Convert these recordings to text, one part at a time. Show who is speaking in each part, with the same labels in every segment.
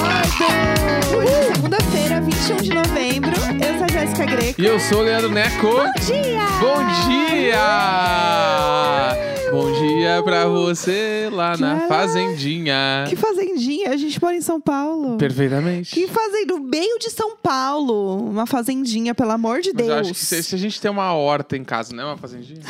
Speaker 1: Amado! Hoje é segunda-feira, 21 de novembro. Eu sou a Jéssica Greco.
Speaker 2: E eu sou o Leandro Neco.
Speaker 1: Bom dia!
Speaker 2: Bom dia! Bom dia pra você lá na
Speaker 1: Caraca.
Speaker 2: fazendinha.
Speaker 1: Que fazendinha, a gente mora em São Paulo.
Speaker 2: Perfeitamente.
Speaker 1: Que fazenda, no meio de São Paulo. Uma fazendinha, pelo amor de
Speaker 2: Mas eu
Speaker 1: Deus.
Speaker 2: acho que se, se a gente tem uma horta em casa, não é uma fazendinha?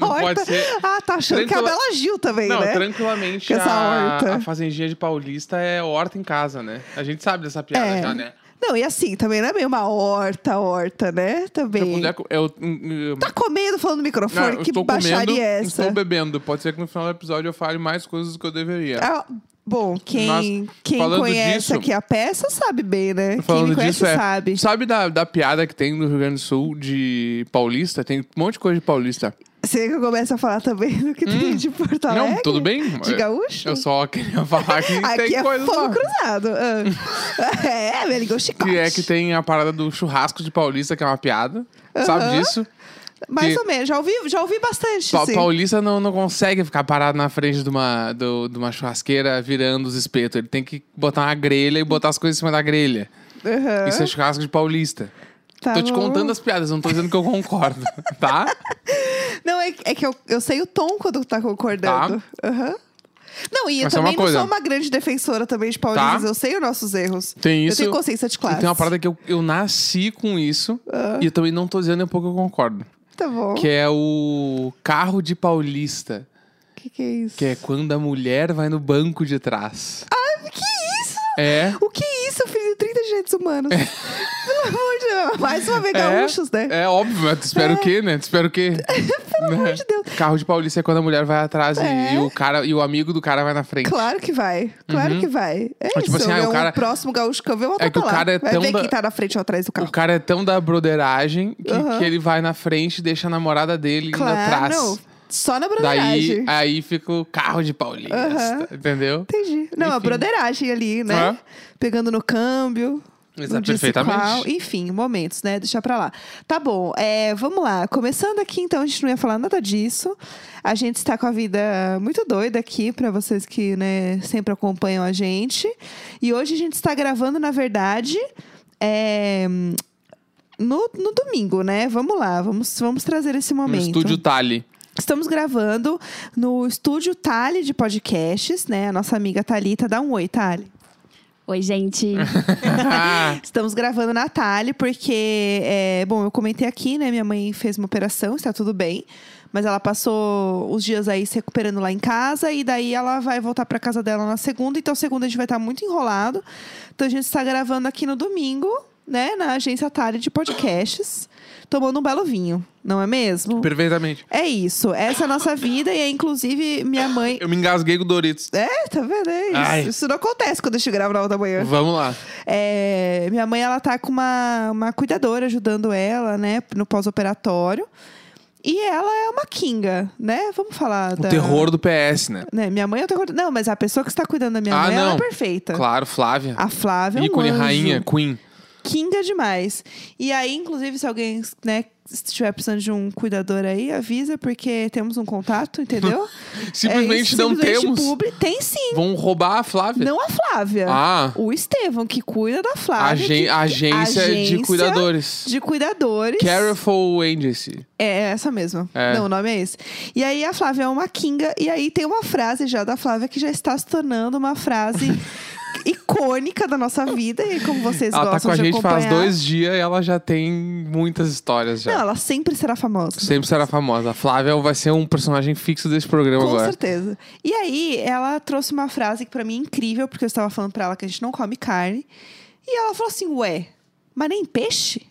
Speaker 2: não
Speaker 1: Horta.
Speaker 2: pode ser.
Speaker 1: Ah, tá achando que é a
Speaker 2: Tranquila-
Speaker 1: Bela Gil também,
Speaker 2: Não,
Speaker 1: né?
Speaker 2: tranquilamente
Speaker 1: Com essa
Speaker 2: a,
Speaker 1: horta.
Speaker 2: a fazendinha de paulista é horta em casa, né? A gente sabe dessa piada
Speaker 1: É.
Speaker 2: já, né?
Speaker 1: Não, e assim, também não é meio uma horta, horta, né?
Speaker 2: Se eu
Speaker 1: Também.
Speaker 2: puder, co- eu, hum, hum,
Speaker 1: Tá comendo, falando no microfone,
Speaker 2: é não, eu
Speaker 1: que
Speaker 2: estou
Speaker 1: baixaria
Speaker 2: comendo,
Speaker 1: é essa?
Speaker 2: estou bebendo. Pode ser que no final do episódio eu fale mais coisas do que eu deveria.
Speaker 1: Ah, bom, quem,
Speaker 2: Nós-
Speaker 1: quem
Speaker 2: falando
Speaker 1: conhece
Speaker 2: disso-
Speaker 1: aqui a peça sabe bem, né? Quem me
Speaker 2: Falando
Speaker 1: conhece
Speaker 2: disso, é.
Speaker 1: sabe.
Speaker 2: Sabe da, da piada que tem no Rio Grande do Sul de paulista? Tem um monte de coisa de paulista.
Speaker 1: Você que começa a falar também do que tem de Porto Alegre?
Speaker 2: Hum. Não, tudo bem?
Speaker 1: Ah, é? De gaúcho?
Speaker 2: Eu só queria falar que
Speaker 1: Aqui
Speaker 2: tem
Speaker 1: é
Speaker 2: coisa
Speaker 1: fogo
Speaker 2: lá.
Speaker 1: cruzado. Ah. é, me ligou chicote.
Speaker 2: Que é que tem a parada do churrasco de paulista, que é uma piada. Sabe
Speaker 1: Aham.
Speaker 2: disso?
Speaker 1: Mais
Speaker 2: que-
Speaker 1: ou menos, já ouvi, já ouvi bastante,
Speaker 2: Pa-
Speaker 1: sim.
Speaker 2: paulista não, não consegue ficar parado na frente de uma, do- de uma churrasqueira virando os espetos. Ele tem que botar uma grelha e botar as coisas em cima da grelha.
Speaker 1: Aham,
Speaker 2: Isso é churrasco de paulista.
Speaker 1: tá
Speaker 2: tô te
Speaker 1: bom.
Speaker 2: contando as piadas, não tô dizendo que eu concordo, tá?
Speaker 1: Não, é, é que eu, eu sei o tom quando tá concordando. Aham. Não, e eu
Speaker 2: Tá.
Speaker 1: também
Speaker 2: Mas só uma
Speaker 1: não
Speaker 2: coisa.
Speaker 1: sou
Speaker 2: Tá.
Speaker 1: uma grande defensora também de paulistas. Eu sei os nossos erros.
Speaker 2: Tem
Speaker 1: Eu
Speaker 2: isso-
Speaker 1: tenho consciência de classe.
Speaker 2: E tem uma parada que eu, eu nasci com isso
Speaker 1: Ah.
Speaker 2: e eu também não tô dizendo nem um pouco que eu concordo.
Speaker 1: Tá bom.
Speaker 2: Que é o carro de paulista.
Speaker 1: Que que é isso?
Speaker 2: Que é quando a mulher vai no banco de trás.
Speaker 1: Que isso?
Speaker 2: É.
Speaker 1: O que é isso? Eu fiz de 30 direitos humanos. Pelo amor de Deus. Mais uma vez, gaúchos, né?
Speaker 2: É óbvio, mas tu espera o quê, né? Tu espera o quê?
Speaker 1: Pelo amor de Deus.
Speaker 2: Carro de paulista é quando a mulher vai atrás e-
Speaker 1: É.
Speaker 2: e, o cara e o amigo do cara vai na frente.
Speaker 1: Claro que vai. Claro que vai. É
Speaker 2: Mas, tipo
Speaker 1: isso.
Speaker 2: assim, ah,
Speaker 1: é
Speaker 2: o cara-
Speaker 1: próximo gaúcho que eu ver, eu vou
Speaker 2: É que o
Speaker 1: atropelar.
Speaker 2: cara é
Speaker 1: Vai
Speaker 2: tão
Speaker 1: ver
Speaker 2: da-
Speaker 1: quem tá na frente ou atrás do
Speaker 2: O
Speaker 1: carro.
Speaker 2: cara é tão da broderagem que,
Speaker 1: Aham.
Speaker 2: que ele vai na frente e deixa a namorada dele indo atrás.
Speaker 1: Claro. Só na broderagem.
Speaker 2: Daí aí fica o carro de paulista,
Speaker 1: Aham.
Speaker 2: entendeu?
Speaker 1: Entendi. Não, a
Speaker 2: Enfim.
Speaker 1: broderagem ali, né?
Speaker 2: É.
Speaker 1: Pegando no câmbio.
Speaker 2: Exato,
Speaker 1: não disse
Speaker 2: perfeitamente.
Speaker 1: qual. Enfim, momentos, né? Deixar pra lá. Tá bom, é, vamos lá. Começando aqui, então, a gente não ia falar nada disso. A gente está com a vida muito doida aqui, pra vocês que né, sempre acompanham a gente. E hoje a gente está gravando, na verdade, é, no, no domingo, né? Vamos lá, vamos, vamos trazer esse
Speaker 2: No
Speaker 1: um momento.
Speaker 2: estúdio Tali.
Speaker 1: Estamos gravando no estúdio Tali de podcasts, né? A nossa amiga Thalita. Dá um oi, Tali.
Speaker 3: Oi, gente.
Speaker 2: Ah.
Speaker 1: Estamos gravando na Tali, porque, é, bom, eu comentei aqui, né? Minha mãe fez uma operação, está tudo bem. Mas ela passou os dias aí se recuperando lá em casa e daí ela vai voltar para casa dela na segunda. Então, segunda a gente vai estar muito enrolado. Então, a gente está gravando aqui no domingo, né? Na agência Tali de podcasts, tomando um belo vinho, não é mesmo?
Speaker 2: Perfeitamente.
Speaker 1: É isso, essa é a nossa vida e é inclusive minha mãe.
Speaker 2: Eu me engasguei com o Doritos.
Speaker 1: É, tá vendo? É
Speaker 2: Ai.
Speaker 1: isso. Isso não acontece quando eu te gravo na outra manhã.
Speaker 2: Vamos lá.
Speaker 1: É, minha mãe, ela tá com uma, uma cuidadora ajudando ela, né, no pós-operatório. E ela é uma kinga, né? Vamos falar
Speaker 2: O
Speaker 1: da.
Speaker 2: terror do PS, né?
Speaker 1: Né? Minha mãe é o terror. Não, mas a pessoa que está cuidando da minha
Speaker 2: Ah,
Speaker 1: mãe, ela é
Speaker 2: não.
Speaker 1: perfeita.
Speaker 2: Claro, Flávia.
Speaker 1: A Flávia é um
Speaker 2: ícone,
Speaker 1: anjo.
Speaker 2: rainha, queen.
Speaker 1: Kinga demais. E aí, inclusive, se alguém, né, estiver precisando de um cuidador aí, avisa, porque temos um contato, entendeu?
Speaker 2: Simplesmente
Speaker 1: É isso,
Speaker 2: não
Speaker 1: simplesmente
Speaker 2: temos.
Speaker 1: publi- Tem sim.
Speaker 2: Vão roubar a Flávia.
Speaker 1: Não a Flávia.
Speaker 2: Ah,
Speaker 1: O Estevão, que cuida da Flávia.
Speaker 2: a agen-
Speaker 1: que-
Speaker 2: agência,
Speaker 1: agência
Speaker 2: de cuidadores.
Speaker 1: De cuidadores.
Speaker 2: Careful Agency.
Speaker 1: É, essa mesma.
Speaker 2: É.
Speaker 1: Não, o nome é esse. E aí a Flávia é uma kinga. E aí tem uma frase já da Flávia que já está se tornando uma frase icônica da nossa vida. E como vocês
Speaker 2: Ela tá
Speaker 1: gostam
Speaker 2: com a
Speaker 1: de
Speaker 2: gente
Speaker 1: acompanhar...
Speaker 2: faz dois dias e ela já tem muitas histórias já.
Speaker 1: Não, ela sempre será famosa.
Speaker 2: Sempre será famosa. A Flávia vai ser um personagem fixo desse programa
Speaker 1: Com
Speaker 2: agora.
Speaker 1: certeza. E aí, ela trouxe uma frase que pra mim é incrível, porque eu estava falando pra ela que a gente não come carne. E ela falou assim: Ué, mas nem peixe?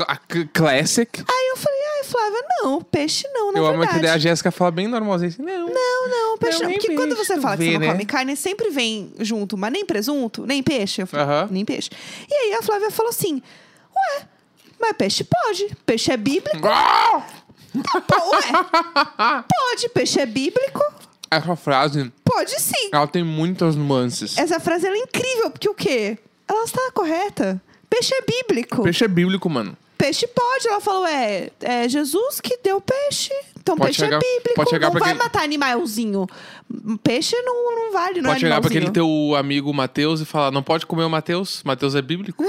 Speaker 2: A c- Classic.
Speaker 1: Aí eu falei: Ai, Flávia, não, peixe Ah, não, na
Speaker 2: Eu amo a
Speaker 1: verdade.
Speaker 2: ideia. A Jéssica fala bem normalzinho assim. Não.
Speaker 1: Não, não, peixe
Speaker 2: Não,
Speaker 1: não.
Speaker 2: nem
Speaker 1: Porque quando
Speaker 2: peixe,
Speaker 1: você
Speaker 2: tu
Speaker 1: fala que
Speaker 2: vê,
Speaker 1: você não
Speaker 2: né?
Speaker 1: come carne, sempre vem junto, mas nem presunto, nem peixe. Eu falei:
Speaker 2: Aham.
Speaker 1: Nem peixe. E aí a Flávia falou assim: Ué, mas peixe pode. Peixe é bíblico.
Speaker 2: Ah!
Speaker 1: Pô, ué, pode, peixe é bíblico.
Speaker 2: Essa frase,
Speaker 1: Pode sim.
Speaker 2: ela tem muitas nuances.
Speaker 1: Essa frase ela é incrível, porque o quê? Ela está correta. Peixe é bíblico.
Speaker 2: Peixe é bíblico, mano.
Speaker 1: Peixe pode. Ela falou, é, é Jesus que deu peixe. Então
Speaker 2: Pode
Speaker 1: peixe
Speaker 2: chegar-
Speaker 1: é bíblico.
Speaker 2: pode chegar
Speaker 1: não
Speaker 2: pra
Speaker 1: vai
Speaker 2: aquele-
Speaker 1: matar animalzinho. Peixe não, não vale, não
Speaker 2: pode
Speaker 1: é
Speaker 2: chegar
Speaker 1: animalzinho.
Speaker 2: pra aquele teu amigo Mateus e falar: não pode comer o Mateus, Mateus é bíblico.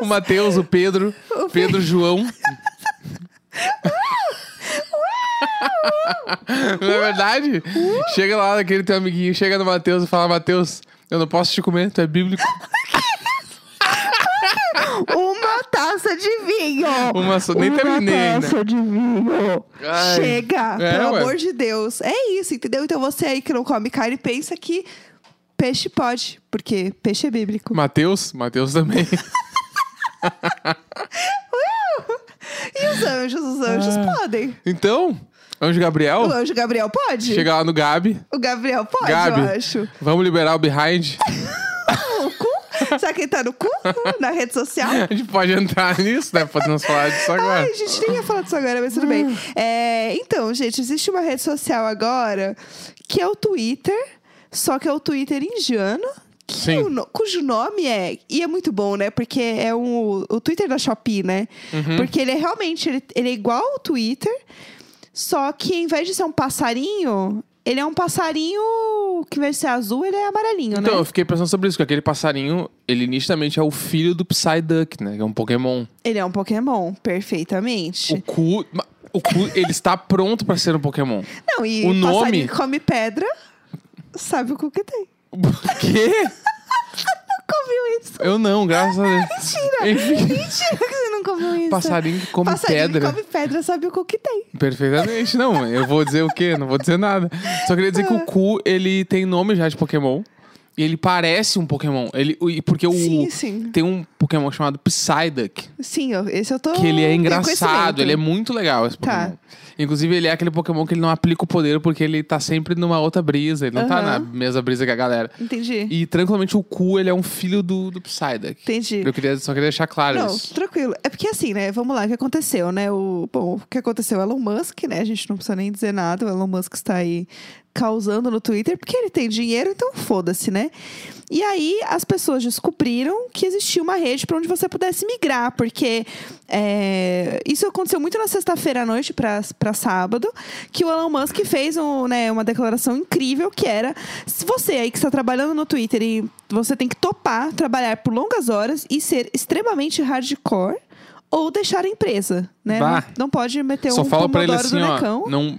Speaker 2: o Mateus, o Pedro, Pedro João. Não é verdade? Chega lá naquele teu amiguinho, chega no Mateus e fala: Mateus, eu não posso te comer, tu é bíblico.
Speaker 1: Uma taça de vinho.
Speaker 2: Uma só- nem terminei ainda.
Speaker 1: taça de vinho.
Speaker 2: Ai.
Speaker 1: Chega,
Speaker 2: É,
Speaker 1: pelo
Speaker 2: ué.
Speaker 1: amor de Deus. É isso, entendeu? Então você aí que não come carne pensa que peixe pode, porque peixe é bíblico.
Speaker 2: Mateus, Mateus também.
Speaker 1: E os anjos? Os anjos
Speaker 2: Ah.
Speaker 1: podem.
Speaker 2: Então, Anjo Gabriel,
Speaker 1: O anjo Gabriel pode?
Speaker 2: chega lá no Gabi.
Speaker 1: O Gabriel pode,
Speaker 2: Gabi,
Speaker 1: eu acho.
Speaker 2: vamos liberar o behind?
Speaker 1: O cu? Será que ele tá no cu? Na rede social?
Speaker 2: A gente pode entrar nisso, né? Podemos falar disso agora. Ah.
Speaker 1: Ai, a gente nem ia falar disso agora, mas tudo bem. É, então, gente, existe uma rede social agora que é o Twitter, só que é o Twitter indiano. que
Speaker 2: Sim.
Speaker 1: o no- cujo nome é. E é muito bom, né? Porque é um, o Twitter da Shopee, né?
Speaker 2: Uhum.
Speaker 1: Porque ele é realmente. Ele, ele é igual ao Twitter, só que em vez de ser um passarinho, ele é um passarinho que, em vez de ser azul, ele é amarelinho,
Speaker 2: Então, eu
Speaker 1: né?
Speaker 2: fiquei pensando sobre isso, que aquele passarinho, ele nitidamente é o filho do Psyduck, né? Que é um Pokémon.
Speaker 1: Ele é um Pokémon, perfeitamente.
Speaker 2: O cu. ma- O cu, ele está pronto pra ser um Pokémon.
Speaker 1: Não, e
Speaker 2: O
Speaker 1: o
Speaker 2: nome-
Speaker 1: nome come pedra, sabe o cu que tem.
Speaker 2: Por quê?
Speaker 1: Nunca ouviu isso.
Speaker 2: Eu não, graças a Deus.
Speaker 1: Mentira!
Speaker 2: Enfim,
Speaker 1: Mentira que você nunca ouviu isso.
Speaker 2: passarinho que come
Speaker 1: Passarinho que
Speaker 2: pedra.
Speaker 1: come pedra, sabe o cu que tem.
Speaker 2: Perfeitamente, não. Eu vou dizer o quê? Não vou dizer nada. Só queria dizer que
Speaker 1: Ah.
Speaker 2: o cu, ele tem nome já de Pokémon. E ele parece um Pokémon. Ele, e porque o.
Speaker 1: Sim, sim.
Speaker 2: Tem um Pokémon chamado Psyduck.
Speaker 1: Sim, eu- esse eu tô.
Speaker 2: Que ele é
Speaker 1: tenho
Speaker 2: engraçado,
Speaker 1: Ah, conhecimento.
Speaker 2: ele é muito legal esse
Speaker 1: Tá.
Speaker 2: Pokémon. Inclusive, ele é aquele Pokémon que ele não aplica o poder porque ele tá sempre numa outra brisa, ele não tá na
Speaker 1: Aham.
Speaker 2: mesma brisa que a galera.
Speaker 1: Entendi.
Speaker 2: E tranquilamente o Ku, ele é um filho do, do Psyduck.
Speaker 1: Entendi.
Speaker 2: Eu queria, só queria deixar claro
Speaker 1: Não,
Speaker 2: isso.
Speaker 1: tranquilo. É porque assim, né? Vamos lá, o que aconteceu, né? O, bom, o que aconteceu? O Elon Musk, né? A gente não precisa nem dizer nada. O Elon Musk está aí causando no Twitter, porque ele tem dinheiro, então foda-se, né? E aí as pessoas descobriram que existia uma rede para onde você pudesse migrar, porque é, isso aconteceu muito na sexta-feira à noite para sábado, que o Elon Musk fez um, né, uma declaração incrível que era se você aí que está trabalhando no Twitter e você tem que topar trabalhar por longas horas e ser extremamente hardcore ou deixar a empresa, né?
Speaker 2: Bah.
Speaker 1: Não, não pode meter
Speaker 2: Só
Speaker 1: um
Speaker 2: fala pra ele
Speaker 1: pomodoro
Speaker 2: assim,
Speaker 1: do
Speaker 2: ó.
Speaker 1: necão.
Speaker 2: Não.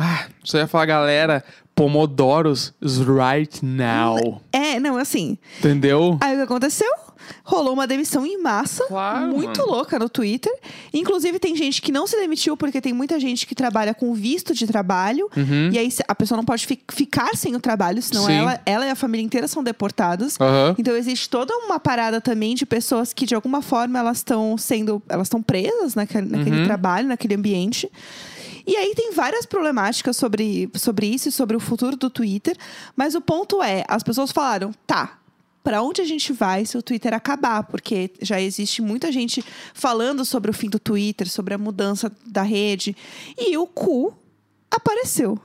Speaker 2: Ah, só ia falar, galera, Pomodoros is right now.
Speaker 1: É, não, assim,
Speaker 2: Entendeu?
Speaker 1: Aí o que aconteceu? Rolou uma demissão em massa,
Speaker 2: Claro,
Speaker 1: muito
Speaker 2: mano.
Speaker 1: louca no Twitter. Inclusive, tem gente que não se demitiu, porque tem muita gente que trabalha com visto de trabalho.
Speaker 2: Uhum.
Speaker 1: E aí se- a pessoa não pode fi- ficar sem o trabalho, senão
Speaker 2: Sim.
Speaker 1: ela, ela e a família inteira são deportados.
Speaker 2: Aham.
Speaker 1: Então existe toda uma parada também de pessoas que, de alguma forma, elas estão sendo. Elas estão presas naquele, naquele
Speaker 2: Uhum.
Speaker 1: trabalho, naquele ambiente. E aí tem várias problemáticas sobre, sobre isso e sobre o futuro do Twitter. Mas o ponto é, as pessoas falaram, tá. Pra onde a gente vai se o Twitter acabar? Porque já existe muita gente falando sobre o fim do Twitter, sobre a mudança da rede. E o cu apareceu.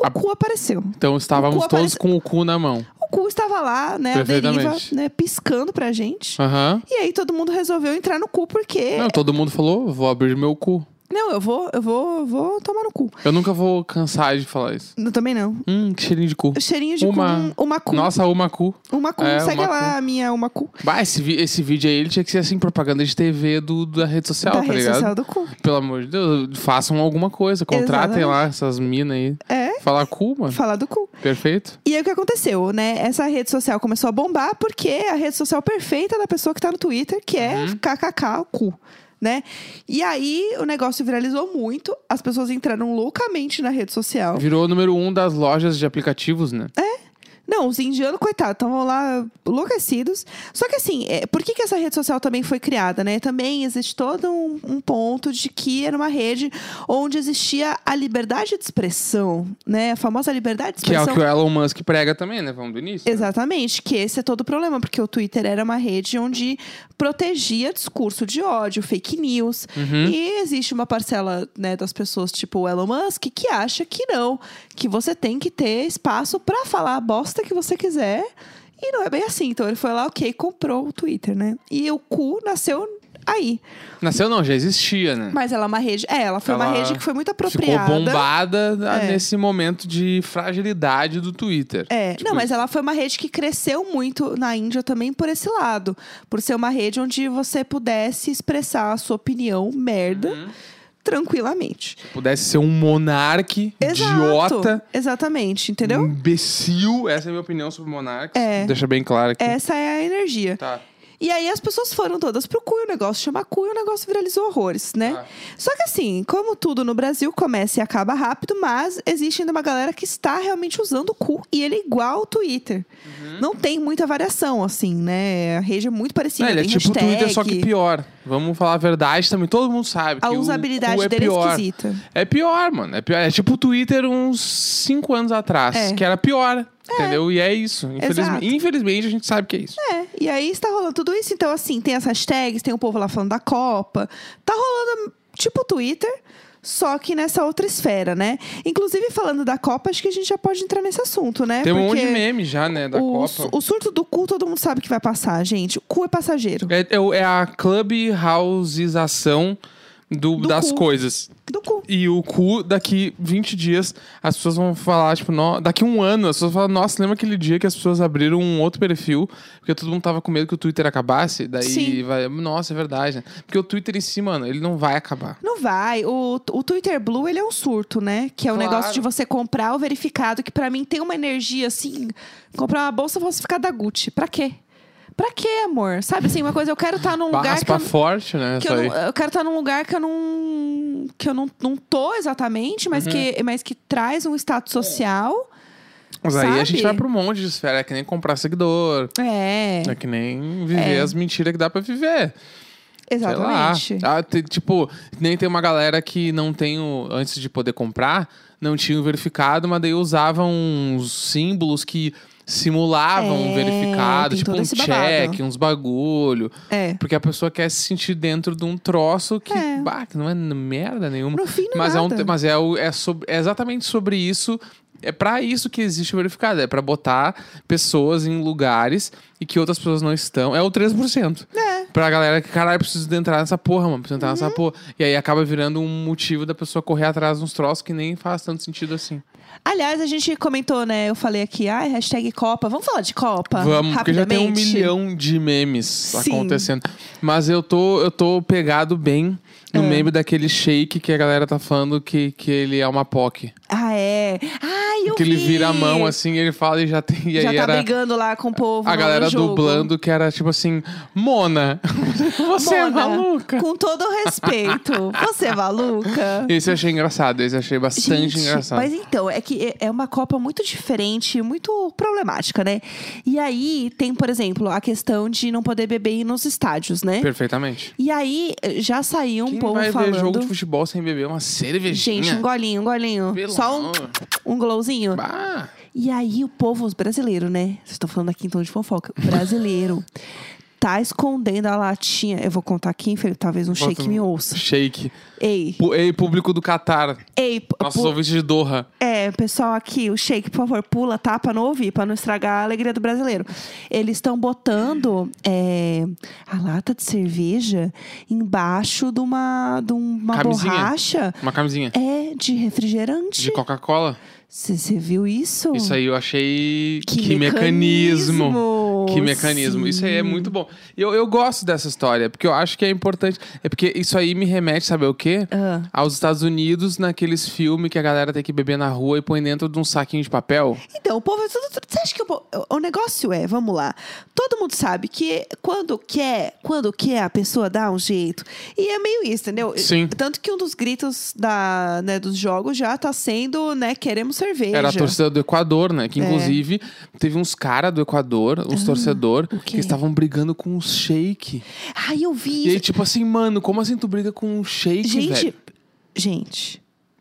Speaker 1: O
Speaker 2: A-
Speaker 1: cu apareceu.
Speaker 2: Então estávamos
Speaker 1: O cu
Speaker 2: todos
Speaker 1: aparece-
Speaker 2: com o cu na mão.
Speaker 1: O cu estava lá, né, à deriva,
Speaker 2: Perfeitamente.
Speaker 1: né, piscando pra gente.
Speaker 2: Aham.
Speaker 1: E aí todo mundo resolveu entrar no cu porque
Speaker 2: Não,
Speaker 1: não,
Speaker 2: todo mundo falou, vou abrir meu cu.
Speaker 1: eu vou, eu vou, vou tomar no cu.
Speaker 2: Eu nunca vou cansar de falar isso.
Speaker 1: Eu também não.
Speaker 2: Hum, que cheirinho de cu.
Speaker 1: Cheirinho de
Speaker 2: Uma-
Speaker 1: cu, uma cu,
Speaker 2: Nossa, uma cu.
Speaker 1: uma cu.
Speaker 2: É,
Speaker 1: Segue
Speaker 2: uma
Speaker 1: lá a minha uma cu
Speaker 2: Bah, esse, vi- esse vídeo aí, ele tinha que ser assim, propaganda de TV do, da rede social,
Speaker 1: da
Speaker 2: tá
Speaker 1: rede
Speaker 2: ligado?
Speaker 1: social do cu.
Speaker 2: Pelo amor de Deus, façam alguma coisa, contratem
Speaker 1: Exatamente.
Speaker 2: lá essas minas aí.
Speaker 1: É.
Speaker 2: Falar cu, mano.
Speaker 1: Falar do cu.
Speaker 2: Perfeito?
Speaker 1: E aí o que aconteceu, né? Essa rede social começou a bombar porque é a rede social perfeita da pessoa que tá no Twitter, que é
Speaker 2: Uhum.
Speaker 1: kkk, o cu, né? E aí o negócio viralizou muito, as pessoas entraram loucamente na rede social.
Speaker 2: Virou o número um das lojas de aplicativos, né?
Speaker 1: É, Não, os indianos, coitados, estavam lá enlouquecidos. Só que assim, é, por que, que essa rede social também foi criada, né? Também existe todo um, um ponto de que era uma rede onde existia a liberdade de expressão, né? A famosa liberdade de
Speaker 2: Que é
Speaker 1: expressão.
Speaker 2: o que o Elon Musk prega também, né? Vamos do início. né?
Speaker 1: Exatamente, que esse é todo o problema, porque o Twitter era uma rede onde protegia discurso de ódio, fake news.
Speaker 2: Uhum.
Speaker 1: E existe uma parcela né, das pessoas, tipo o Elon Musk, que acha que não, que você tem que ter espaço pra falar a bosta que você quiser. E não é bem assim. Então ele foi lá, ok, comprou o Twitter, né? E o cu nasceu aí.
Speaker 2: Nasceu não, já existia, né?
Speaker 1: Mas ela é uma rede. É, ela foi uma
Speaker 2: Ela
Speaker 1: rede que foi muito
Speaker 2: Ficou
Speaker 1: apropriada.
Speaker 2: bombada ah,
Speaker 1: É.
Speaker 2: nesse momento de fragilidade do Twitter.
Speaker 1: É,
Speaker 2: Tipo
Speaker 1: não, mas ela foi uma rede que cresceu muito na Índia também por esse lado. Por ser uma rede onde você pudesse expressar a sua opinião merda
Speaker 2: Uhum.
Speaker 1: tranquilamente.
Speaker 2: Pudesse ser um monarque,
Speaker 1: Exato.
Speaker 2: idiota, Hum.
Speaker 1: Exatamente, entendeu?
Speaker 2: imbecil. Essa é a minha opinião sobre monarques.
Speaker 1: É.
Speaker 2: Deixa bem claro aqui.
Speaker 1: Essa é a energia.
Speaker 2: Tá.
Speaker 1: E aí as pessoas foram todas pro cu, e o negócio chama cu e o negócio viralizou horrores, né?
Speaker 2: Ah.
Speaker 1: Só que assim, como tudo no Brasil começa e acaba rápido, mas existe ainda uma galera que está realmente usando o cu e ele é igual ao Twitter.
Speaker 2: Uhum.
Speaker 1: Não tem muita variação, assim, né? A rede é muito parecida,
Speaker 2: Não, ele é
Speaker 1: tem
Speaker 2: tipo o
Speaker 1: hashtag,
Speaker 2: Twitter, só que pior. Vamos falar a verdade também. Todo mundo sabe
Speaker 1: a
Speaker 2: que o cu
Speaker 1: usabilidade
Speaker 2: é
Speaker 1: dele é
Speaker 2: pior.
Speaker 1: esquisita.
Speaker 2: É pior, mano. É, pior. é tipo o Twitter uns 5 anos atrás,
Speaker 1: É.
Speaker 2: que era pior. Entendeu? E é isso. Infelizme-
Speaker 1: Exato.
Speaker 2: Infelizmente, a gente sabe que é isso.
Speaker 1: É, e aí está rolando tudo isso. Então, assim, tem as hashtags, tem o povo lá falando da Copa. Tá rolando tipo Twitter, só que nessa outra esfera, né? Inclusive, falando da Copa, acho que a gente já pode entrar nesse assunto, né?
Speaker 2: Tem um monte
Speaker 1: Porque
Speaker 2: de meme já, né, da
Speaker 1: o,
Speaker 2: Copa.
Speaker 1: o surto do cu, todo mundo sabe que vai passar, gente. O cu é passageiro.
Speaker 2: É, é o- é a clubhouseização do,
Speaker 1: Do
Speaker 2: das
Speaker 1: cu.
Speaker 2: coisas.
Speaker 1: Do cu.
Speaker 2: E o cu, daqui 20 dias, as pessoas vão falar, tipo, no- daqui um ano, as pessoas vão falar, nossa, lembra aquele dia que as pessoas abriram um outro perfil, porque todo mundo tava com medo que o Twitter acabasse? Daí
Speaker 1: Sim.
Speaker 2: vai, nossa, é verdade, né? Porque o Twitter em si, mano, ele não vai acabar.
Speaker 1: Não vai. O, o Twitter Blue, ele é um surto, né? Que é o
Speaker 2: Claro.
Speaker 1: negócio de você comprar o verificado, que pra mim tem uma energia assim. Comprar uma bolsa falsificada da Gucci. Pra quê? Pra quê, amor? Sabe assim, uma coisa, eu quero estar num lugar que
Speaker 2: Raspa
Speaker 1: eu,
Speaker 2: forte, né?
Speaker 1: que
Speaker 2: isso
Speaker 1: eu,
Speaker 2: aí.
Speaker 1: não- eu quero estar num lugar que eu não. que eu não, não tô exatamente, mas,
Speaker 2: Uhum.
Speaker 1: que, mas que traz um status social.
Speaker 2: Mas aí a gente
Speaker 1: sabe?
Speaker 2: vai pra um monte de esfera, é que nem comprar seguidor,
Speaker 1: É,
Speaker 2: é que nem viver as mentiras que dá pra viver.
Speaker 1: exatamente.
Speaker 2: Sei lá. Ah, te- tipo, nem tem uma galera que não tem o. Antes de poder comprar, não tinha o verificado, mas daí usava uns símbolos que simulavam um
Speaker 1: É,
Speaker 2: verificado,
Speaker 1: tem
Speaker 2: tipo
Speaker 1: todo
Speaker 2: um
Speaker 1: esse babado.
Speaker 2: check, uns bagulho.
Speaker 1: É.
Speaker 2: Porque a pessoa quer se sentir dentro de um troço que,
Speaker 1: É.
Speaker 2: bah, que não é n- merda nenhuma.
Speaker 1: No fim, não
Speaker 2: mas é, um,
Speaker 1: nada.
Speaker 2: te- mas é, o- é sob- é exatamente sobre isso. É pra isso que existe o verificado. É pra botar pessoas em lugares e que outras pessoas não estão. É o 3%.
Speaker 1: É. Uhum.
Speaker 2: Pra galera que, caralho, preciso entrar nessa porra, mano. Preciso entrar nessa porra. E aí acaba virando um motivo da pessoa correr atrás de uns troços que nem faz tanto sentido assim.
Speaker 1: Aliás, a gente comentou, né? Eu falei aqui, ai, hashtag Copa. Vamos falar de Copa?
Speaker 2: Vamos, porque já tem um
Speaker 1: rapidamente?
Speaker 2: milhão de memes
Speaker 1: Sim.
Speaker 2: acontecendo. Mas eu tô, eu tô pegado bem
Speaker 1: É.
Speaker 2: no meme daquele shake que a galera tá falando que, que ele é uma POC.
Speaker 1: Ah, é. Ai, eu
Speaker 2: Que ele
Speaker 1: vi.
Speaker 2: vira a mão assim, ele fala e já tem. E
Speaker 1: Já
Speaker 2: aí
Speaker 1: tá
Speaker 2: era
Speaker 1: brigando lá com o povo.
Speaker 2: a
Speaker 1: no
Speaker 2: galera
Speaker 1: jogo.
Speaker 2: dublando que era tipo assim: Mona, você é
Speaker 1: Mona,
Speaker 2: maluca.
Speaker 1: Com todo o respeito. você é maluca?
Speaker 2: Esse eu achei engraçado, esse eu achei bastante
Speaker 1: Gente,
Speaker 2: engraçado.
Speaker 1: Mas então, é que é- é uma Copa muito diferente, muito problemática, né? E aí tem, por exemplo, a questão de não poder beber nos estádios, né?
Speaker 2: Perfeitamente.
Speaker 1: E aí já saiu um
Speaker 2: Quem
Speaker 1: povo
Speaker 2: vai
Speaker 1: falando.
Speaker 2: ver jogo de futebol sem beber uma cervejinha?
Speaker 1: Gente, um golinho, um golinho.
Speaker 2: Pelo
Speaker 1: Só um,
Speaker 2: amor.
Speaker 1: um glowzinho.
Speaker 2: Bah.
Speaker 1: E aí o povo brasileiro, né? Vocês estão falando aqui em tom de fofoca. O brasileiro tá escondendo a latinha. Eu vou contar aqui, Felipe, talvez um shake me ouça.
Speaker 2: Shake.
Speaker 1: Ei,
Speaker 2: Pu- Ei, público do Catar.
Speaker 1: ei, p-
Speaker 2: Nossos
Speaker 1: É pu-
Speaker 2: ouvintes de Doha.
Speaker 1: É, pessoal, aqui, o shake, por favor, pula, tá? Pra não ouvir, pra não estragar a alegria do brasileiro. Eles estão botando é, a lata de cerveja embaixo de uma, de uma
Speaker 2: Camisinha.
Speaker 1: borracha
Speaker 2: Uma camisinha.
Speaker 1: é, de refrigerante.
Speaker 2: De Coca-Cola.
Speaker 1: Você viu isso?
Speaker 2: Isso aí eu achei. mecanismo. Que mecanismo. Isso aí é
Speaker 1: Sim.
Speaker 2: muito bom. Eu, eu gosto dessa história, porque eu acho que é importante. É porque isso aí me remete, sabe o quê?
Speaker 1: Ah.
Speaker 2: Aos Estados Unidos, naqueles filmes que a galera tem que beber na rua e põe dentro de um saquinho de papel.
Speaker 1: Então, o povo. tudo- tudo- Você acha que o, po- o negócio é, vamos lá. Todo mundo sabe que quando quer, quando quer, a pessoa dá um jeito. E é meio isso, entendeu?
Speaker 2: Sim.
Speaker 1: Tanto que um dos gritos da, né, dos jogos já tá sendo, né, queremos cerveja.
Speaker 2: Era a torcida do Equador, né? Que
Speaker 1: É. Ah,
Speaker 2: inclusive teve uns caras do Equador, uns torcedor,
Speaker 1: quê?
Speaker 2: que estavam brigando com um shake.
Speaker 1: Ai, eu vi.
Speaker 2: tipo, E aí, tipo assim, mano, como assim tu briga com um shake,
Speaker 1: gente,
Speaker 2: velho?
Speaker 1: gente,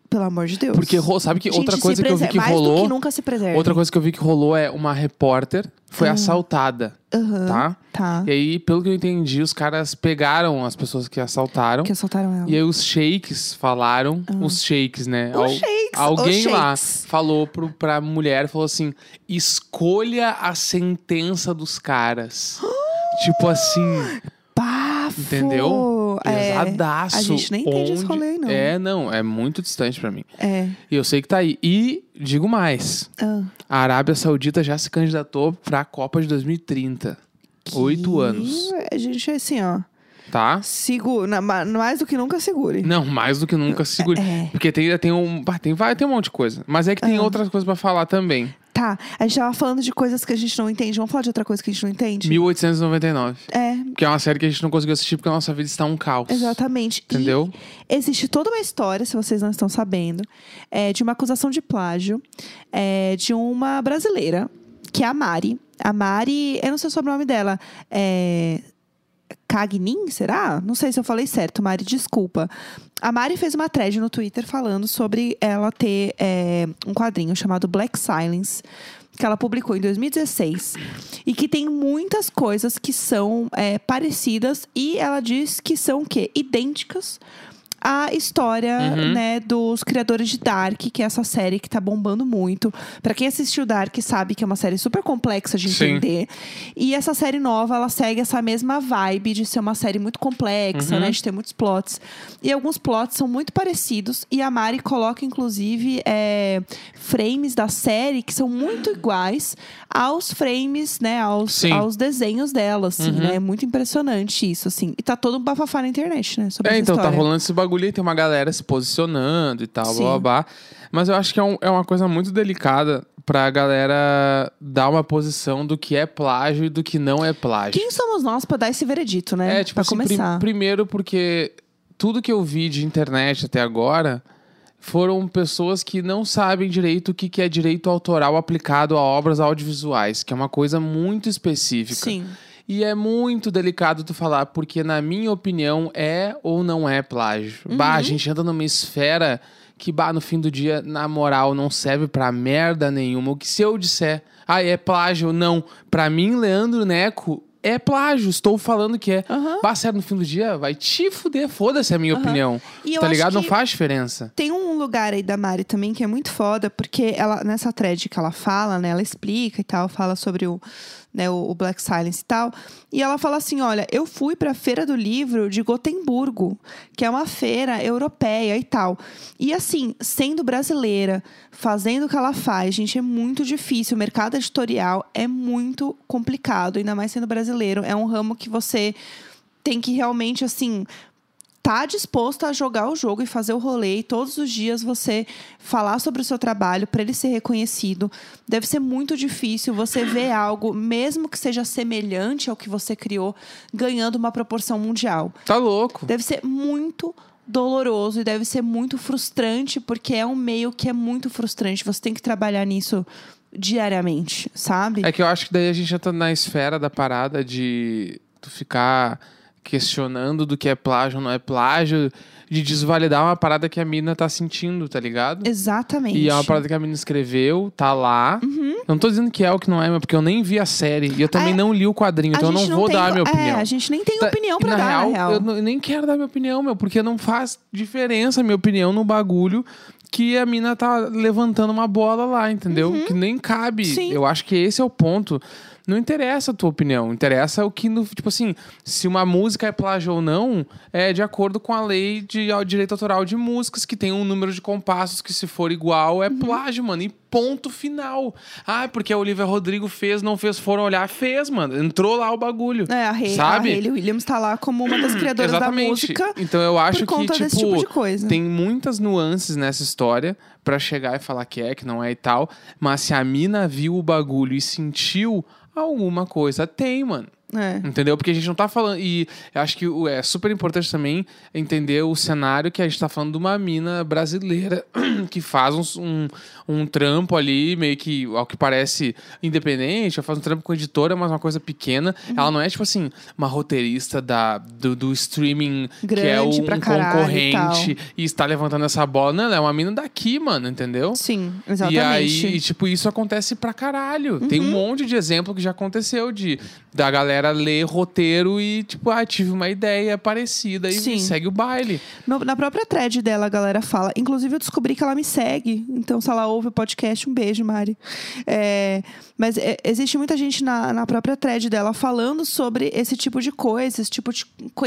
Speaker 1: Pelo amor de Deus.
Speaker 2: Porque ro- sabe que
Speaker 1: Gente,
Speaker 2: outra
Speaker 1: se
Speaker 2: coisa que eu vi
Speaker 1: preser-
Speaker 2: que
Speaker 1: mais
Speaker 2: rolou.
Speaker 1: Do que nunca se preserva.
Speaker 2: Outra coisa que eu vi que rolou é uma repórter foi assaltada,
Speaker 1: Ah. Aham,
Speaker 2: tá?
Speaker 1: Tá.
Speaker 2: E aí, pelo que eu entendi, os caras pegaram as pessoas que assaltaram.
Speaker 1: Que assaltaram ela.
Speaker 2: E aí os sheiks falaram, os sheiks, né?
Speaker 1: Os sheiks,
Speaker 2: alguém
Speaker 1: os
Speaker 2: lá
Speaker 1: sheiks.
Speaker 2: falou pro, pra mulher, falou assim, escolha a sentença dos caras. tipo assim,
Speaker 1: Bafo!
Speaker 2: entendeu?
Speaker 1: É,
Speaker 2: pesadaço.
Speaker 1: a gente nem entende esse
Speaker 2: onde-
Speaker 1: rolê, não.
Speaker 2: É, não, é muito distante pra mim.
Speaker 1: É.
Speaker 2: E eu sei que tá aí. E digo mais,
Speaker 1: Ah,
Speaker 2: a Arábia Saudita já se candidatou pra Copa de 2030. Oito
Speaker 1: que-
Speaker 2: anos,
Speaker 1: A gente é assim, ó.
Speaker 2: tá?
Speaker 1: Segura. na- ma- Mais do que nunca segure.
Speaker 2: Não, mais do que nunca segure.
Speaker 1: É. Ah.
Speaker 2: Porque tem, tem um. bah, Tem, vai, tem um monte de coisa. Mas é que tem outras coisas pra falar também.
Speaker 1: Tá. A gente tava falando de coisas que a gente não entende. Vamos falar de outra coisa que a gente não entende?
Speaker 2: 1899.
Speaker 1: É,
Speaker 2: Que é uma série que a gente não conseguiu assistir porque a nossa vida está um caos.
Speaker 1: exatamente. E
Speaker 2: Entendeu?
Speaker 1: existe toda uma história, se vocês não estão sabendo, é, de uma acusação de plágio é, de uma brasileira, que é a Mari. A Mari, eu não sei o sobrenome dela, é. Cagnin, será? Não sei se eu falei certo, Mari, desculpa. A Mari fez uma thread no Twitter falando sobre ela ter é, um quadrinho chamado Black Silence, que ela publicou em 2016, e que tem muitas coisas que são é, parecidas, e ela diz que são o quê? Idênticas à história
Speaker 2: Uhum.
Speaker 1: né, dos criadores de Dark, que é essa série que tá bombando muito. Pra quem assistiu Dark sabe que é uma série super complexa de
Speaker 2: Sim.
Speaker 1: entender. E essa série nova, ela segue essa mesma vibe de ser uma série muito complexa,
Speaker 2: Uhum.
Speaker 1: né? De ter muitos plots. E alguns plots são muito parecidos. E a Mari coloca, inclusive, é, frames da série que são muito iguais aos frames, né? Aos,
Speaker 2: Sim.
Speaker 1: aos desenhos dela, assim,
Speaker 2: Uhum.
Speaker 1: né? É muito impressionante isso, assim. E tá todo um bafafá na internet, né? Sobre
Speaker 2: É,
Speaker 1: essa
Speaker 2: então tá
Speaker 1: história.
Speaker 2: rolando esse bagulho aí, tem uma galera se posicionando e tal,
Speaker 1: Sim.
Speaker 2: blá, blá blá. Mas eu acho que é, um- é uma coisa muito delicada pra galera dar uma posição do que é plágio e do que não é plágio.
Speaker 1: Quem somos nós pra dar esse veredito, né?
Speaker 2: É, tipo
Speaker 1: pra
Speaker 2: assim, prim-
Speaker 1: começar.
Speaker 2: primeiro porque tudo que eu vi de internet até agora foram pessoas que não sabem direito o que, que é direito autoral aplicado a obras audiovisuais, que é uma coisa muito específica.
Speaker 1: Sim.
Speaker 2: E é muito delicado tu falar, porque na minha opinião é ou não é plágio.
Speaker 1: Uhum.
Speaker 2: Bah, a gente anda numa esfera que, bah, no fim do dia, na moral, não serve pra merda nenhuma. O que se eu disser, ah, é plágio, não. Pra mim, Leandro Neco, é plágio. Estou falando que é.
Speaker 1: Aham.
Speaker 2: Bah, sério, no fim do dia, vai te fuder, foda-se a minha
Speaker 1: Aham.
Speaker 2: opinião.
Speaker 1: E eu
Speaker 2: tá
Speaker 1: acho
Speaker 2: ligado? Não
Speaker 1: que-
Speaker 2: faz diferença.
Speaker 1: Tem um lugar aí da Mari também que é muito foda, porque ela, nessa thread que ela fala, né? Ela explica e tal, fala sobre o, né, o, o Black Silence e tal. E ela fala assim: olha, eu fui pra Feira do Livro de Gotemburgo, que é uma feira europeia e tal. E assim, sendo brasileira, fazendo o que ela faz, gente, é muito difícil. O mercado editorial é muito complicado, ainda mais sendo brasileiro. É um ramo que você tem que realmente, assim, tá disposto a jogar o jogo e fazer o rolê e todos os dias você falar sobre o seu trabalho para ele ser reconhecido. Deve ser muito difícil você ver algo, mesmo que seja semelhante ao que você criou, ganhando uma proporção mundial.
Speaker 2: Tá louco.
Speaker 1: Deve ser muito doloroso e deve ser muito frustrante, porque é um meio que é muito frustrante. Você tem que trabalhar nisso diariamente, sabe?
Speaker 2: É que eu acho que daí a gente já tá na esfera da parada de tu ficar questionando do que é plágio ou não é plágio, de desvalidar uma parada que a mina tá sentindo, tá ligado?
Speaker 1: Exatamente. Uhum.
Speaker 2: E é uma parada que a mina escreveu, tá lá. Eu não tô dizendo que é ou que não é, mas porque eu nem vi a série e eu também
Speaker 1: É.
Speaker 2: não li o quadrinho,
Speaker 1: A
Speaker 2: então eu não
Speaker 1: gente
Speaker 2: vou
Speaker 1: tem-
Speaker 2: dar a minha opinião.
Speaker 1: É, a gente nem tem
Speaker 2: Tá,
Speaker 1: opinião
Speaker 2: e
Speaker 1: pra dar, na real.
Speaker 2: Eu, não- eu nem quero dar minha opinião, meu, porque não faz diferença a minha opinião no bagulho que a mina tá levantando uma bola lá, entendeu? Que nem cabe.
Speaker 1: Uhum. Sim.
Speaker 2: Eu acho que esse é o ponto. Não interessa a tua opinião, interessa o que, no, tipo assim, se uma música é plágio ou não, é de acordo com a lei de ao direito autoral de músicas, que tem um número de compassos que, se for igual, é
Speaker 1: Uhum.
Speaker 2: plágio, mano. E ponto final. Ah, porque a Olivia Rodrigo fez, não fez, foram olhar, fez, mano. Entrou lá o bagulho.
Speaker 1: É, a, Hay,
Speaker 2: Sabe?
Speaker 1: a Hayley Williams tá lá como uma das criadoras da música.
Speaker 2: Então eu acho
Speaker 1: por conta
Speaker 2: que,
Speaker 1: desse
Speaker 2: tipo,
Speaker 1: tipo de coisa.
Speaker 2: tem muitas nuances nessa história pra chegar e falar que é, que não é e tal. Mas se a mina viu o bagulho e sentiu alguma coisa, tem, mano.
Speaker 1: É.
Speaker 2: Entendeu? Porque a gente não tá falando. E eu acho que o- é super importante também entender o cenário que a gente tá falando de uma mina brasileira que faz uns- um, um, trampo ali, meio que, ao que parece, independente. Ela faz um trampo com editora, mas uma coisa pequena.
Speaker 1: Uhum.
Speaker 2: Ela não é, tipo assim, uma roteirista da, do, do streaming que é o,
Speaker 1: Grande
Speaker 2: um
Speaker 1: pra caralho e tal.
Speaker 2: concorrente e está levantando essa bola. Não, ela é uma mina daqui, mano, entendeu?
Speaker 1: Sim,
Speaker 2: E
Speaker 1: exatamente. Uhum.
Speaker 2: aí, tipo, isso acontece pra caralho. Tem um monte de exemplo que já aconteceu de da galera ler roteiro e, tipo, ah, tive uma ideia parecida e
Speaker 1: Sim.
Speaker 2: segue o baile.
Speaker 1: No- na própria thread dela, a galera fala. Inclusive, eu descobri que ela me segue. Então, se ela ouve o podcast, um beijo, Mari. É, mas é, existe muita gente na, na própria thread dela falando sobre esse tipo de coisa, esse tipo de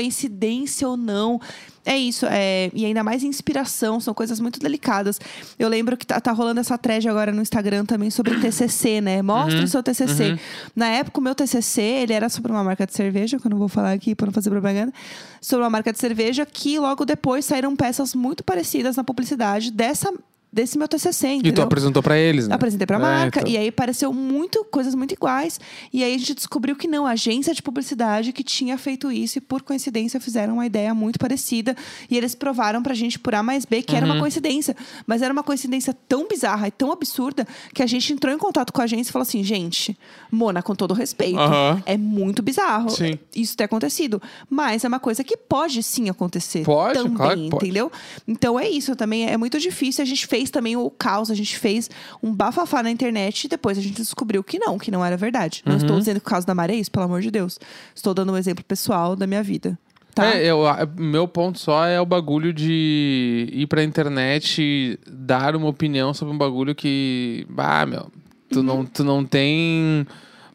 Speaker 1: coincidência ou não. É isso, é, e ainda mais inspiração, são coisas muito delicadas. Eu lembro que tá, tá rolando essa thread agora no Instagram também sobre TCC, né? Mostra o seu TCC. Na época, o meu TCC, ele era sobre uma marca de cerveja, que eu não vou falar aqui pra não fazer propaganda, sobre uma marca de cerveja que logo depois saíram peças muito parecidas na publicidade dessa, desse meu TCC,
Speaker 2: E tu
Speaker 1: entendeu?
Speaker 2: apresentou pra eles, né?
Speaker 1: Apresentei pra
Speaker 2: É,
Speaker 1: marca.
Speaker 2: então.
Speaker 1: E aí pareceu muito, coisas muito iguais. E aí a gente descobriu que não, a agência de publicidade que tinha feito isso e por coincidência fizeram uma ideia muito parecida. E eles provaram pra gente por A mais B que era
Speaker 2: Uhum.
Speaker 1: uma coincidência. Mas era uma coincidência tão bizarra e tão absurda que a gente entrou em contato com a agência e falou assim: gente, Mona, com todo respeito,
Speaker 2: Aham.
Speaker 1: é muito bizarro
Speaker 2: Sim.
Speaker 1: isso ter acontecido. Mas é uma coisa que pode sim acontecer.
Speaker 2: Pode,
Speaker 1: também,
Speaker 2: claro que pode.
Speaker 1: entendeu? Então é isso também, é muito difícil. A gente fez também o caos, a gente fez um bafafá na internet e depois a gente descobriu que não, que não era verdade. Não estou dizendo que o caso da Maré é isso, pelo amor de Deus. Estou dando um exemplo pessoal da minha vida. Tá?
Speaker 2: É, eu, a- meu ponto só é o bagulho de ir pra internet e dar uma opinião sobre um bagulho que. Ah, meu, tu, não, tu não tem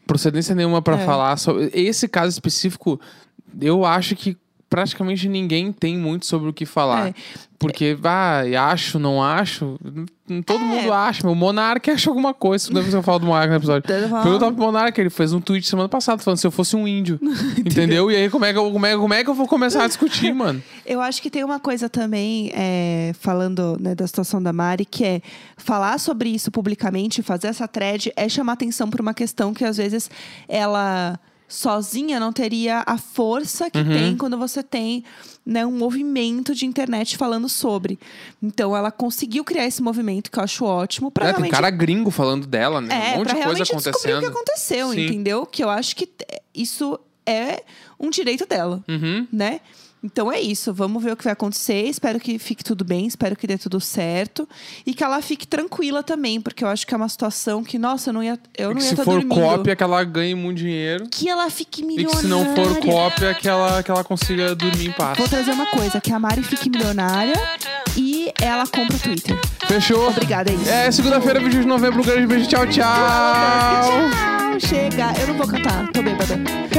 Speaker 2: procedência nenhuma pra
Speaker 1: Uhum. É.
Speaker 2: falar sobre. Esse caso específico, eu acho que praticamente ninguém tem muito sobre o que falar.
Speaker 1: É.
Speaker 2: Porque, vai, acho, não acho. n- Todo
Speaker 1: É.
Speaker 2: mundo acha. meu, O Monark acha alguma coisa. Toda vez que eu falo do Monark no episódio.
Speaker 1: Todo mundo-
Speaker 2: Pergunta pro Monark, ele fez um tweet semana passada falando se eu fosse um índio. entendeu? E aí, como é, que eu, como, é, como é que eu vou começar a discutir, mano?
Speaker 1: Eu acho que tem uma coisa também, é, falando né, da situação da Mari, que é falar sobre isso publicamente, fazer essa thread, é chamar atenção para uma questão que às vezes ela sozinha não teria a força que
Speaker 2: Uhum.
Speaker 1: tem quando você tem né, um movimento de internet falando sobre. Então ela conseguiu criar esse movimento que eu acho ótimo para
Speaker 2: É, tem
Speaker 1: realmente
Speaker 2: cara gringo falando dela, né?
Speaker 1: é,
Speaker 2: um monte
Speaker 1: pra
Speaker 2: de coisa
Speaker 1: realmente descobrir o que
Speaker 2: acontecendo.
Speaker 1: aconteceu,
Speaker 2: Sim.
Speaker 1: entendeu? Que eu acho que é, isso é um direito dela,
Speaker 2: Uhum.
Speaker 1: né? Então é isso, vamos ver o que vai acontecer. Espero que fique tudo bem, espero que dê tudo certo. E que ela fique tranquila também, porque eu acho que é uma situação que, nossa, eu não ia eu não
Speaker 2: É que
Speaker 1: ia
Speaker 2: se
Speaker 1: tá
Speaker 2: for
Speaker 1: dormindo.
Speaker 2: cópia, que ela ganhe muito dinheiro.
Speaker 1: Que ela fique
Speaker 2: E
Speaker 1: milionária.
Speaker 2: que se não for cópia, que ela, que ela consiga dormir em paz.
Speaker 1: Vou trazer uma coisa, que a Mari fique milionária e ela compra o Twitter.
Speaker 2: Fechou?
Speaker 1: Obrigada, é isso.
Speaker 2: É, segunda-feira, 20 de novembro. Um grande beijo. Tchau, tchau.
Speaker 1: Tchau, chega. Eu não vou cantar, tô bêbada.